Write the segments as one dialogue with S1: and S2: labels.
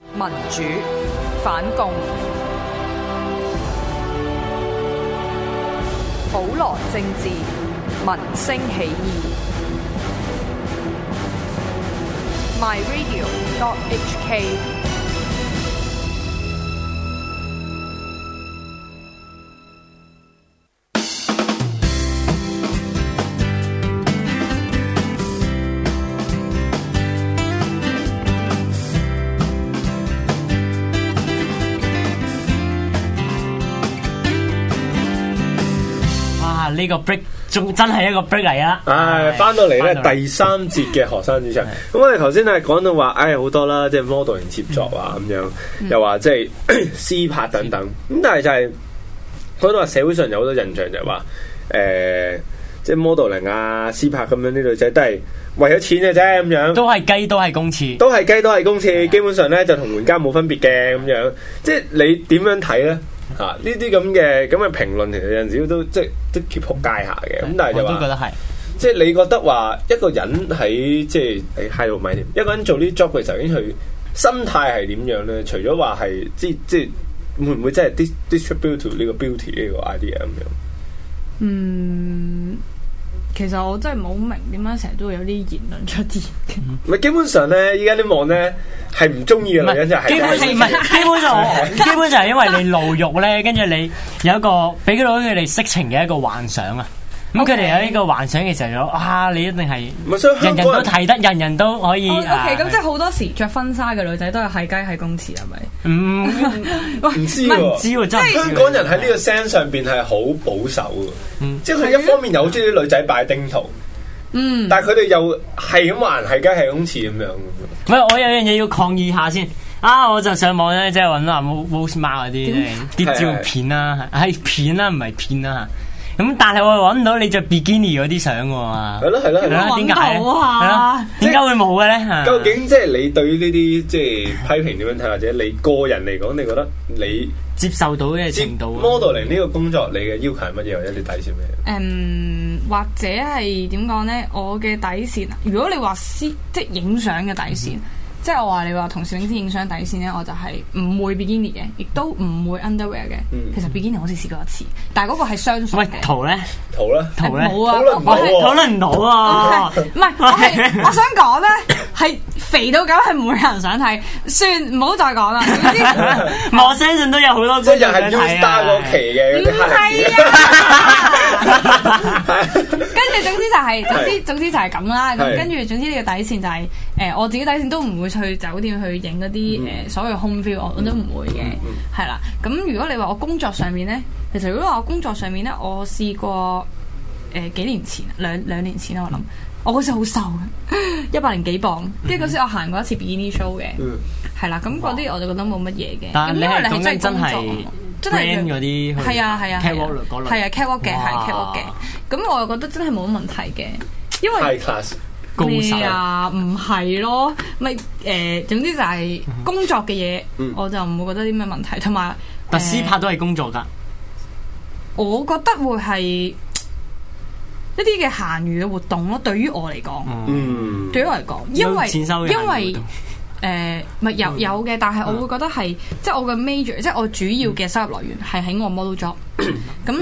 S1: 民主反共。普羅政治民聲起義 myradio.hk
S2: 哇！啊呢、個 break 仲真係一個 break 嚟啊！
S3: 唉，翻到嚟咧
S2: 返到
S3: 第三節嘅學生主場，咁我哋頭先咧講到話，唉好多啦，即係 model 型接作啊咁樣，又話即係 私拍等等，咁但係就係講到話社會上有好多印象就係話，誒即係 modeling 啊、私拍咁樣啲女仔都係為咗錢嘅啫咁樣。
S2: 都係雞，都係公廁。
S3: 都係雞都係公廁，基本上咧就同玩家冇分別嘅咁樣。即係你點樣睇咧？嚇呢啲咁嘅咁嘅評論，其實有陣時都即係都幾撲街下嘅。咁但係
S2: 我
S3: 就
S2: 都覺
S3: 話，
S2: 得係。
S3: 即係你覺得話一個人喺即係喺 high 度買一個人做呢啲 job 嘅時候，應該佢心態係點樣咧？除咗話係即即會唔會真係 dis- distribute to 呢個 beauty 呢個 idea 咁樣？
S4: 嗯，其實我真係冇明點解成日都會有啲言論出現嘅。
S3: 唔係基本上咧，依家啲網咧係唔中意
S2: 唔
S3: 嘅女人就
S2: 係，
S3: 係
S2: 基本上唔係，基本 上我基本上係因為你露肉咧，跟住你有一個俾到佢哋色情嘅一個幻想啊。咁佢哋有呢個幻想嘅時候就啊，你一定係
S3: 唔係所以香
S2: 人人
S3: 港
S2: 都
S3: 人
S2: 睇得，人人都可以。
S4: O K，咁哦
S2: 啊
S4: 即係好多時着婚紗嘅女仔都係係雞係公廁係咪？
S2: 唔
S3: 唔知
S2: 唔
S3: 喎
S2: 知。喎，真係唔知喎
S3: 香港人喺呢個 sense 上邊係好保守嘅，
S2: 嗯
S3: 即係佢一方面又好中意啲女仔擺丁圖，
S4: 嗯，
S3: 但係佢哋又係咁還係雞係咁似咁樣。
S2: 唔係，我有樣嘢要抗議下先。啊！我就上網咧，即係揾啊 Wallsmart 嗰啲呢啲照片啦，係片啊啦，唔係片啦嚇。咁但係我揾唔到你着 bikini 嗰啲相喎。啊
S3: 係咯係咯係
S2: 係
S3: 咯，
S2: 啦，點解呢？
S4: 揾到啊
S2: 係咯點解會冇嘅咧？
S3: 究竟即係你對呢啲即係批評點樣睇，或者你個人嚟講，你覺得你
S2: 接受到嘅
S3: 接
S2: 程度啊
S3: modeling 呢個工作你嘅要求係乜嘢，或者你底線咩？
S4: 誒、嗯或者係點講呢？我嘅底線啊，如果你話私即係影相嘅底線，即係我話你話同攝影師影相底線呢，我就係唔會 bikini 嘅，亦都唔會 underwear 嘅。
S3: 嗯
S4: 其實 bikini 好似試過一次，但係嗰個係雙數
S2: 喂，
S4: 嘅。
S2: 圖咧，
S3: 圖啦，
S2: 圖咧，
S4: 冇啊
S3: 討論唔
S2: 我
S3: 到
S2: 係
S3: 喎
S2: 討論唔到 啊！
S4: 哦唔係，我係我想講呢，係肥到咁係冇人想睇，算唔好再講 啦。總之
S2: 唔係我相信都 有好多
S3: 即係
S2: 觀
S3: 又
S2: 眾
S3: 係
S2: 想
S3: U Star 嗰期
S2: 睇啊
S3: 嘅嗰
S4: 唔
S3: 啲黑人
S4: 係
S3: 子。係
S4: 啊！跟住總之就係、總之總之就係咁啦。
S3: 係
S4: 咁跟住總之呢個底線就係、誒、我自己底線都唔會去酒店去影嗰啲誒所謂 home feel，我都唔會嘅，係啦、咁如果你話我工作上面咧，其實如果話我工作上面咧，我試過誒、幾年前兩兩年前啦，啊我諗。我嗰時好瘦嘅，一百零幾磅，跟住嗰時我行過一次 bikini show 嘅，
S3: 嗯
S4: 係啦，咁嗰啲我就覺得冇乜嘢嘅。
S2: 但係
S4: 咁因
S2: 你
S4: 為
S2: 係
S4: 你
S2: 講
S4: 係
S2: 緊真
S4: 真係工作
S2: 係
S4: 真係
S2: brand 嗰啲去
S4: 係啊係啊
S2: catwalk 嗰類
S4: 係啊 catwalk 嘅係
S2: 哇
S4: catwalk 嘅，咁我又覺得真係冇乜問題嘅，因
S2: 啊
S4: 為
S3: high class。
S2: 高手
S4: 咩。啊唔係咯，咪誒總之就係工作嘅嘢
S3: 嗯，
S4: 我就唔會覺得啲咩問題，同埋
S2: 但私
S4: 誒
S2: 拍都係工作㗎，
S4: 我覺得會係一啲嘅閒餘嘅活動咯，對於我嚟講。
S3: 嗯。
S4: 對於我嚟講，因為
S2: 有錢收嘅閒
S4: 因
S2: 餘活
S4: 為
S2: 動
S4: 誒唔係
S2: 嗯
S4: 有有嘅，但係我會覺得係即係我嘅 major，即係我主要嘅收入來源係喺我 model job 。
S2: 嗯
S4: 咁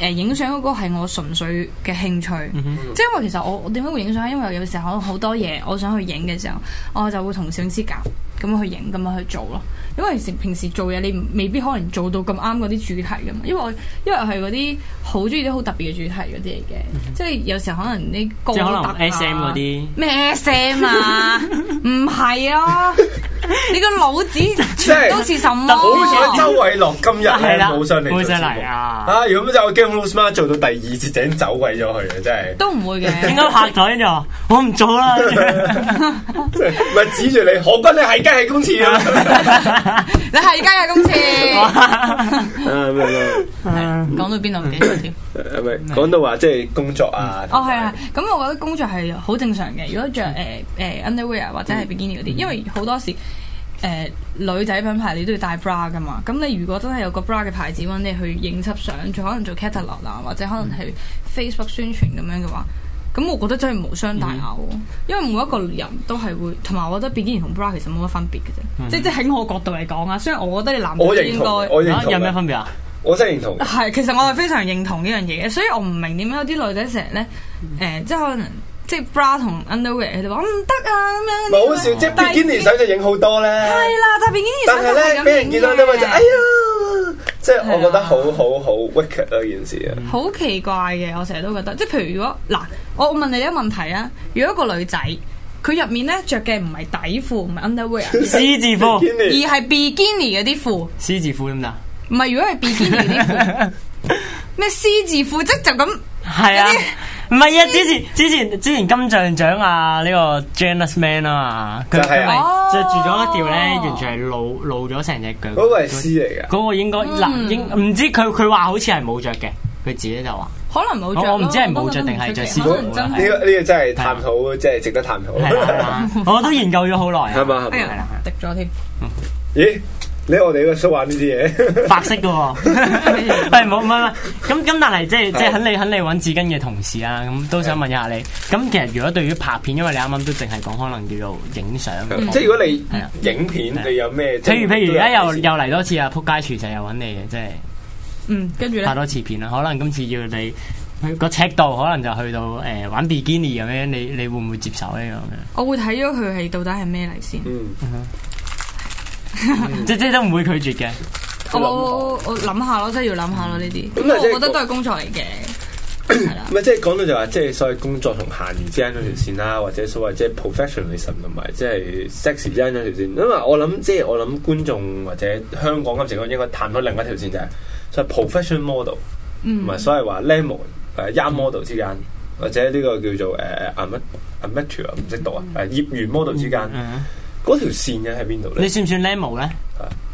S4: 誒影相嗰個係我純粹嘅興趣，
S2: 嗯
S4: 即係因為其實我我點解會影相？因為有時候好多嘢我想去影嘅時候，我就會同攝影師夾咁樣去影，咁樣去做咯。因為平平時做嘢你未必可能做到咁啱嗰啲主題噶嘛，因為我因為係嗰啲好中意啲好特別嘅主題嗰啲嚟嘅，即係有時候可能啲歌
S2: 嗯即係可能
S4: 德啊
S2: SM 嗰啲
S4: 咩 SM 啊？唔係啊！你個腦子全都是什麼？
S3: 好彩周偉樂今日
S2: 係
S3: 咧
S2: 啦
S3: 冇上嚟做
S2: 冇上
S3: 節
S2: 嚟
S3: 目
S2: 啊
S3: 啊！如果唔就我 Game Lose Ma 做到第二節就已經走鬼咗佢啊！真係
S4: 都唔會
S2: 應
S4: 嘅。
S2: 該拍台就話我唔做啦。
S3: 真係，唔係指住你，何君你係雞係 公 廁啊！
S4: 你係而家嘅今次
S3: 啊咩咩
S4: 講到邊度唔記得咗添？
S3: 係咪講到話即係工作啊？
S2: 嗯
S4: 哦，係啊，咁我覺得工作係好正常嘅。如果着
S3: 嗯
S4: 誒誒 underwear 啊或者係 bikini 嗰啲，因為好多時誒、呃女仔品牌你都要帶 bra 噶嘛。咁你如果真係有個 bra 嘅牌子
S3: 嗯
S4: 揾你去影輯相，仲可能做 catalog 啊，或者可能去 Facebook 宣傳咁樣嘅話，咁咁我覺得真係無傷大雅
S3: 嗯
S4: 喎，因為每一個人都係會，同埋我覺得 bikini 同 bra 其實冇乜分別嘅啫，即即喺我角度嚟講啊，雖然我覺得你男女
S3: 嗯我
S4: 都
S3: 認
S4: 應
S3: 同嘅， 我
S4: 該
S3: 認
S2: 啊
S3: 同
S2: 有咩
S3: 嘅，
S2: 分別啊？
S3: 我真係認同嘅。
S4: 係，其實我係非常認同呢樣嘢嘅，所以我唔明點解有啲女仔成日咧
S3: 嗯
S4: 誒，即係可能即係 bra 同 underwear 佢哋話唔得啊咁
S3: 唔係
S4: 樣，
S3: 好笑，即係
S4: 但係
S3: bikini 相就影好多咧。
S4: 係
S2: 啊
S4: 啦，但係 bikini
S3: 但係咧，俾人見到咧咪就哎呀，即係我覺
S4: 係
S3: 得
S4: 啊
S3: 好好好 wicked 咯件事啊！
S4: 好奇怪嘅，我成日都覺得，即係譬如如果嗱，我我問你一個問題啊，如果一個女仔佢入面咧着嘅唔係底褲，唔 係 underwear，
S2: 獅子褲，
S4: 而
S3: bikini
S4: 係 bikini 嗰啲褲，唔
S2: 獅子褲點得啊？
S4: 係如果係 bikini 嗰啲 褲，咩獅子褲即就咁，
S2: 係啊，唔係啊，之前之前之前金像獎啊，呢個 Janice Man 啊嘛，佢
S3: 就係
S2: 佢咪
S4: 哦
S2: 着住咗一條咧，完全係露露咗成隻腳。
S3: 嗰個係絲嚟㗎，
S2: 嗰個應該嗱，應唔知佢佢話好似係冇着嘅，佢自己就話
S4: 可能冇着咯。
S2: 我我唔知係冇着定係着
S4: 可能真
S2: 獅
S3: 呢
S4: 係
S2: 子褲
S3: 個呢個真係探討，即係值得探討。
S2: 啊係 啦，係啦我都研究咗好耐啊，
S3: 係嘛？係
S4: 哎
S3: 嘛？
S4: 呀，滴咗添。
S3: 咦？你我哋個 show 玩呢啲嘢，
S2: 白色嘅 喎，喂冇唔係唔係咁咁，但係即係即係肯你肯你揾紙巾嘅同時啊，咁都想問一下你，咁其實如果對於拍片，因為你啱啱都淨係講可能叫做影相嘅方
S3: 嗯即係如果你
S2: 係啊
S3: 影片你有咩？
S2: 譬如譬如而家又
S3: 即係
S2: 又嚟多次啊，撲街廚就又揾你嘅，即係
S4: 嗯，跟住
S2: 拍
S4: 咧，
S2: 多次片啦。可能今次要你佢個尺度，可能就去到誒、呃玩 bikini 咁樣，你你會唔會接受呢樣
S4: 我會睇咗佢係到底係咩嚟先。
S3: 嗯，
S2: 嘅？即即都唔會拒絕嘅。
S4: 我我我諗下咯，真係要諗下咯呢啲。
S3: 咁
S4: 咁
S3: 咪即係
S4: 我覺得都係工作嚟嘅，係啦。
S3: 啊咪即係講到就話，即係所謂工作同閒餘之間嗰條線啦，或者所謂即係 professionalism 同埋即係 sex 之間嗰條線。因為啊我諗即係我諗觀眾或者香港今時講應該探到另外一條線就係所謂 professional model 同
S4: 嗯，
S3: 埋所謂話 l e m o n 誒 young model 之間，或者呢個叫做誒誒乜 amateur 啊唔識讀啊誒業餘 model 之間
S2: 嗯
S3: 嗰條線嘅喺邊度
S2: 你
S3: 咧？
S2: 算唔算 lemo 咧？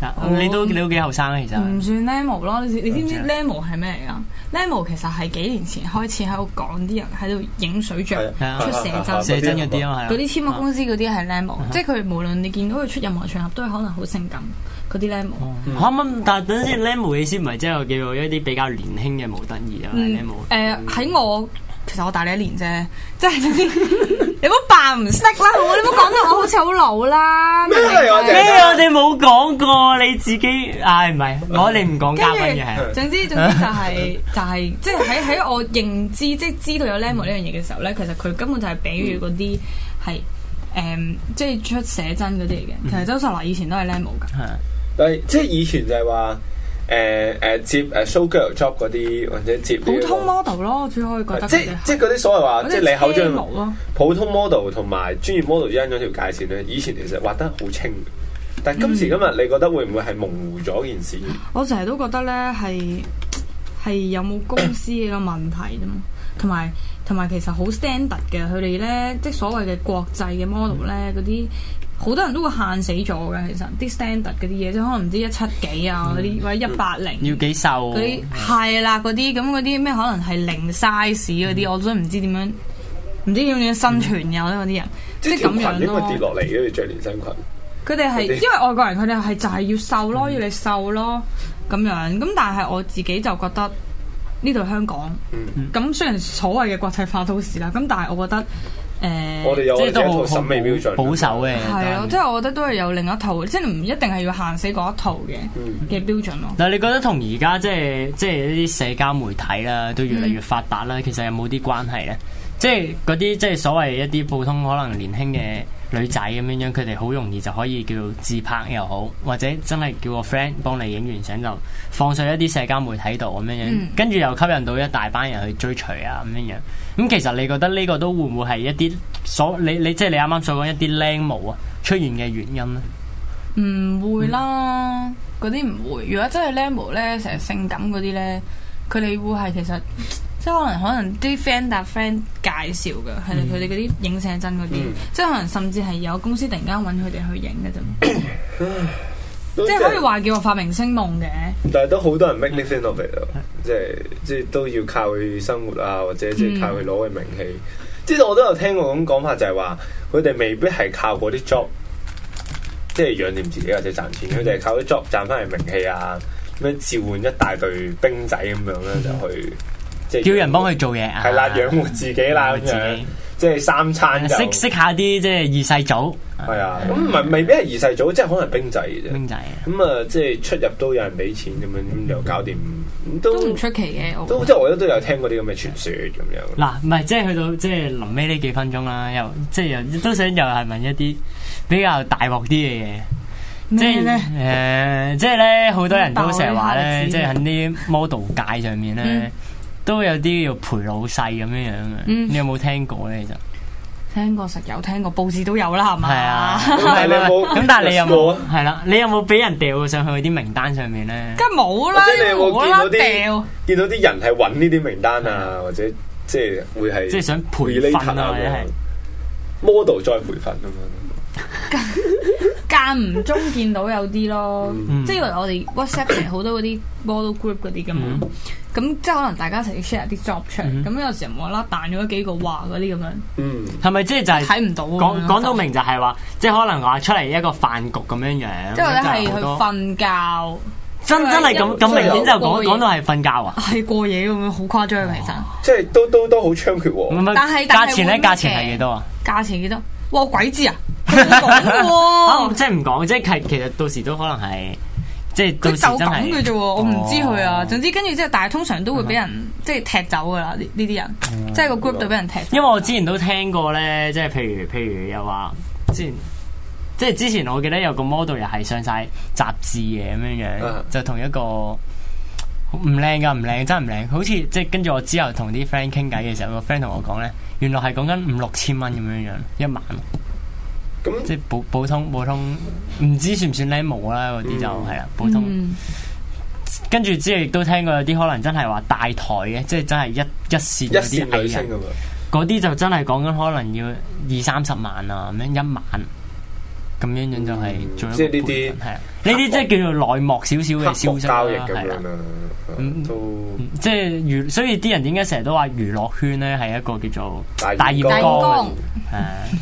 S2: 啊
S4: 我
S2: 你都你都幾後生啊，其實。
S3: 嗯
S4: 唔算 lemo 咯。你知你知唔知
S2: 唔知
S4: lemo 係咩嚟噶？lemo 其實係幾年前開始喺度講啲人喺度影水像、
S2: 係啊
S4: 出寫真。
S2: 寫真嗰啲啊嘛，係
S4: 嗰
S2: 咯
S4: 啲簽嘅公司嗰啲係 lemo，即係佢無論你見到佢出任何場合，都係可能好性感嗰啲
S2: 啱
S4: lemo。
S2: 啱，但係等陣先，lemo 嘅意思唔係即係叫做一啲比較年輕嘅模特兒啊
S4: 嗯
S2: ，lemo。
S4: 誒喺
S2: 嗯
S4: 我其實我大你一年啫， 即係總之你唔好扮唔識啦，好唔好？你唔好講到我好似好老啦。
S3: 咩嚟啊
S4: 明唔明
S2: 咩
S3: 姐
S2: 啊？我哋冇講過你自己，唉唔係，我哋唔講嘉賓嘅係。
S4: 總之總之就 係、就係即係喺喺我認知即係知道有 lemon 呢樣嘢嘅時候咧，其實佢根本就係比喻嗰啲係誒即係出寫真嗰啲嚟嘅。
S2: 嗯
S4: 其實周秀娜以前都係 lemon 㗎，
S2: 係
S3: 但係即係以前就係話誒誒接誒 show girl job 嗰啲，或者接呢個
S4: 普通 model 咯，我只可以覺得
S3: 即
S4: 佢哋係
S3: 即係嗰啲所謂話，即係你口
S4: 或者車模
S3: 中
S4: 咯，
S3: 普通 model 同埋專業 model 之間嗰條界線咧，以前其實畫得好清嘅。但係今時
S4: 嗯
S3: 今日，你覺得會唔會係模糊咗件事？
S4: 我成日都覺得咧係係有冇公司嘅問題啫嘛，同埋同埋其實好 standard 嘅，佢哋咧即係所謂嘅國際嘅 model 咧嗰啲。好多人都會限死咗嘅，其實啲 standard 嗰啲嘢，即係可能唔知一七幾
S3: 嗯
S4: 啊嗰啲，或者一八零
S2: 要幾瘦？
S4: 嗰啲係啦，嗰啲咁嗰啲咩可能係零 size 嗰
S3: 嗯
S4: 啲，我都唔知點樣，唔知點樣生存嘅我覺得嗰啲人，即
S3: 即
S4: 係
S3: 係條
S4: 咁
S3: 裙應
S4: 樣
S3: 該跌
S4: 咯。
S3: 落嚟，跟住着連身裙。
S4: 佢哋係嗯
S3: 嗰啲
S4: 因為外國人，佢哋係就係要瘦咯，要你瘦咯咁樣。咁但係我自己就覺得呢度香港，
S3: 嗯
S4: 咁雖然所謂嘅國際化都市啦，咁但係我覺得
S3: 我
S4: 誒。
S3: 哋有
S2: 即
S3: 我哋
S2: 係
S3: 一
S2: 都好
S3: 套審美標準，
S2: 保守嘅。
S4: 係啊咯，即係我覺得都係有另一套，即係唔一定係要限死嗰一套嘅
S3: 嗯
S4: 嘅標準咯。
S2: 但係你覺得同而家即係即係呢啲社交媒體啦，都越嚟越發達啦，其實有冇啲關係咧？即係嗰啲即係所謂一啲普通可能年輕嘅女仔咁樣樣，佢哋好容易就可以叫自拍又好，或者真係叫個 friend 幫你影完相就放上一啲社交媒體度咁樣樣
S4: 嗯，
S2: 跟住又吸引到一大班人去追隨啊咁樣樣。咁其實你覺得呢個都會唔會係一啲所你你即係你啱啱所講一啲靚模啊出現嘅原因咧？
S4: 唔會啦，嗰啲唔會。如果真係 lemo 咧，成日性感嗰啲咧，佢哋會係其實即係可能可能啲 friend 搭 friend 介紹嘅，係
S3: 嗯
S4: 佢哋嗰啲影寫真嗰啲，即係可能甚至係有公司突然間揾佢哋去影嘅啫，
S3: 嗯都
S4: 即係可以話叫我發明星夢嘅。
S3: 但係都好多人 make living of it 咯，即係即係都要靠佢生活啊，或者即
S4: 嗯
S3: 係靠佢攞嘅名氣。即係我都有聽過咁講法，就係話佢哋未必係靠嗰啲 job，即係養掂自己或者賺錢，佢哋係靠啲 job
S4: 嗯
S3: 賺翻嚟名氣啊，咩召喚一大隊兵仔咁樣咧就去。即係
S2: 叫人幫佢做嘢啊，
S3: 係啦，養活自己啦
S2: 養
S3: 咁
S2: 活自己
S3: 樣，即係三餐就
S2: 識識下啲即係二世祖
S3: 係啊，咁唔係未必係二世祖，即係可能兵仔嘅啫。
S2: 兵仔啊。
S3: 咁啊，即係出入都有人俾錢咁樣，咁又搞掂，咁
S4: 都
S3: 都
S4: 唔出奇嘅，我覺
S3: 都
S4: 得
S3: 即係我覺得都有聽過啲咁嘅傳說咁樣。
S2: 嗱，唔係即係去到即係臨尾呢幾分鐘啦，又即係又都想又係問一啲比較大鑊啲嘅嘢。即
S4: 咩
S2: 係
S4: 咧？
S2: 誒、即係咧，好多人都成日話
S4: 爆
S2: 咧，
S4: 你
S2: 即係
S4: 下
S2: 喺啲 model 界上面咧，
S4: 嗯
S2: 都有啲要陪老細咁樣樣嘅。
S4: 嗯
S2: 你有冇聽過咧？其實
S4: 聽過實有聽過，報紙都有啦，係嘛？
S2: 係啊，
S3: 但係你有冇
S2: 咁但係你有
S3: miss 過
S2: 冇
S3: 啊
S2: 係啦？你有冇俾人掉上去啲名單上面咧？
S4: 梗係冇
S3: 或
S4: 啦，
S3: 者你有
S4: 無
S3: 冇
S4: 啦
S3: 見
S4: 啦
S3: 到啲
S4: 掉。
S3: 見到啲人係揾呢啲名單啊，或者即係會係
S2: 即係想培訓啊
S3: related
S2: 或者係
S3: model 再培訓咁樣。
S4: 間唔中見到有啲咯，
S2: 嗯
S4: 即係我哋 WhatsApp 成日好多嗰啲 model group 嗰啲噶嘛，
S2: 嗯
S4: 咁、即係可能大家一齊 share 啲 job 出嚟，咁、有時無啦啦彈咗幾個話嗰啲咁樣，
S3: 嗯，
S2: 係咪即係就係
S4: 睇唔到咁
S2: 講
S4: 樣
S2: 講到明就係話，即係可能話出嚟一個飯局咁樣樣，
S4: 即係或者係
S2: 就好
S4: 去
S2: 多
S4: 瞓覺。
S2: 真真係咁咁明顯就講講到係瞓覺啊！
S4: 係過夜咁樣，好誇張
S2: 哦
S4: 啊嘅其實。
S3: 即係都都都好猖獗
S2: 唔
S3: 喎。
S2: 係
S4: 但係但
S2: 價
S4: 係
S2: 錢咧，
S4: 會
S2: 價錢係
S4: 嘅
S2: 幾多啊？
S4: 價錢幾多？哇，我 鬼知啊！佢冇講
S2: 啊，
S4: 嘅喎
S2: 即係唔講，即係其實到時都可能係，即係到
S4: 佢
S2: 時
S4: 就
S2: 真
S4: 咁嘅
S2: 係
S4: 啫喎，我唔知佢啊。
S2: 哦
S4: 總之跟住之後，但係通常都會俾人即係踢走噶啦，呢呢啲人，即係個 group 度俾人踢走。
S2: 嗯因為我之前都聽過咧，即係譬如譬如又話之前。即係之前我記得有個 model 又係上晒雜誌嘅咁樣樣
S3: 啊，
S2: 就同一個唔靚噶，唔靚真係唔靚，好似即係跟住我之後同啲 friend 傾偈嘅時候，個 friend 同我講咧，原來係講緊五六千蚊咁樣樣一晚，
S3: 咁
S2: 即係普普通普通，唔知算唔算 level 啦嗰啲就
S3: 嗯
S2: 係啦，普通。
S4: 嗯
S2: 跟住之後亦都聽過有啲可能真係話大台嘅，即係真係一一線
S3: 一
S2: 嗰
S3: 線
S2: 啲
S3: 女
S2: 藝
S3: 星咁
S2: 人，啊
S3: 樣。
S2: 嗰啲就真係講緊可能要二三十萬啊咁樣一晚，咁樣樣就係做一個
S3: 嗯即係呢啲
S2: 培訓係啊呢啲即係叫做內幕少少嘅
S3: 黑
S2: 消
S3: 幕
S2: 息
S3: 交易
S2: 啦，
S3: 咁
S2: 係啦
S3: 樣。啦，
S2: 嗯
S3: 都
S2: 嗯即係娛，所以啲人點解成日都話娛樂圈咧係一個叫做大染
S4: 大染
S2: 缸誒，
S4: 缸，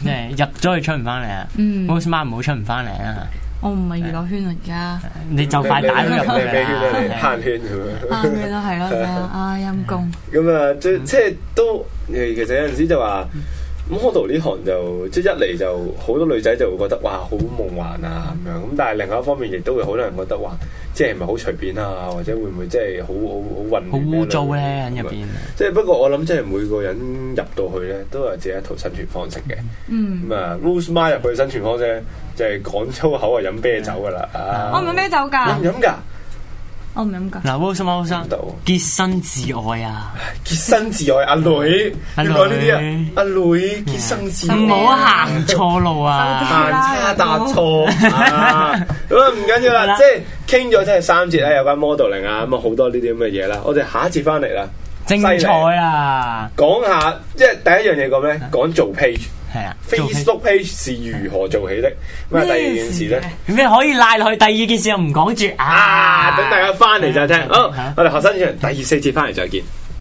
S2: 即係入咗去出唔翻嚟啊！
S4: 嗯，
S2: most man 唔好出唔翻嚟啊！
S4: 我唔係娛樂圈啊，而家
S2: 你就快打咗入
S3: 你
S2: 去
S3: 你
S2: 啦
S3: 你
S2: 係啊，
S3: 圈咁樣。
S4: 啊，你都係咯，而家啊陰公，
S3: 咁啊，即
S2: 嗯
S3: 即係都誒，其實有陣時就話 model 呢行就即係一嚟就好多女仔就會覺得哇好夢幻啊咁樣，咁但係另外一方面亦都會好多人覺得話，即係咪好隨便啊，或者會唔會即係好好好混亂
S2: 好污糟咧
S3: 啊
S2: 喺入。邊。
S3: 即係不過我諗，即係每個人入到去咧，都有自己一套生存方式嘅。
S4: 嗯，
S3: 咁啊，Rose Ma 入去生存方式就係講粗口啊，飲啤酒噶啦。
S4: 我
S3: 啊
S4: 哦唔飲啤酒啊
S3: 飲唔飲
S4: 㗎，
S3: 㗎？
S4: 我唔飲㗎。
S2: 嗱 w o l s o n w o l s o
S3: 唔到
S2: n 潔身自愛啊，
S3: 結身自愛，阿女，
S2: 阿
S3: 點
S2: 女
S3: 講呢啲啊？阿女結身自愛，
S2: 唔好啊行錯路啊！
S3: 行差踏錯啊！咁啊唔緊要
S2: 係
S3: 啦
S2: 啦，
S3: 即係傾咗即係三節咧，有關 modeling 啊，咁啊好多呢啲咁嘅嘢啦。我哋下一節翻嚟啦，
S2: 精彩啊啦，
S3: 講下即係第一樣嘢講咩？講做 page。
S2: 係啊，做戲
S3: Facebook page 是如何做起的？咁啊，第二件事咧
S4: 咩事
S2: 咩可以賴落去？第二件事又唔講住
S3: 啊，
S2: 啊！嗯
S3: 等大家翻嚟再聽。好
S2: 好，
S3: 我哋學生主場第二四節翻嚟再見。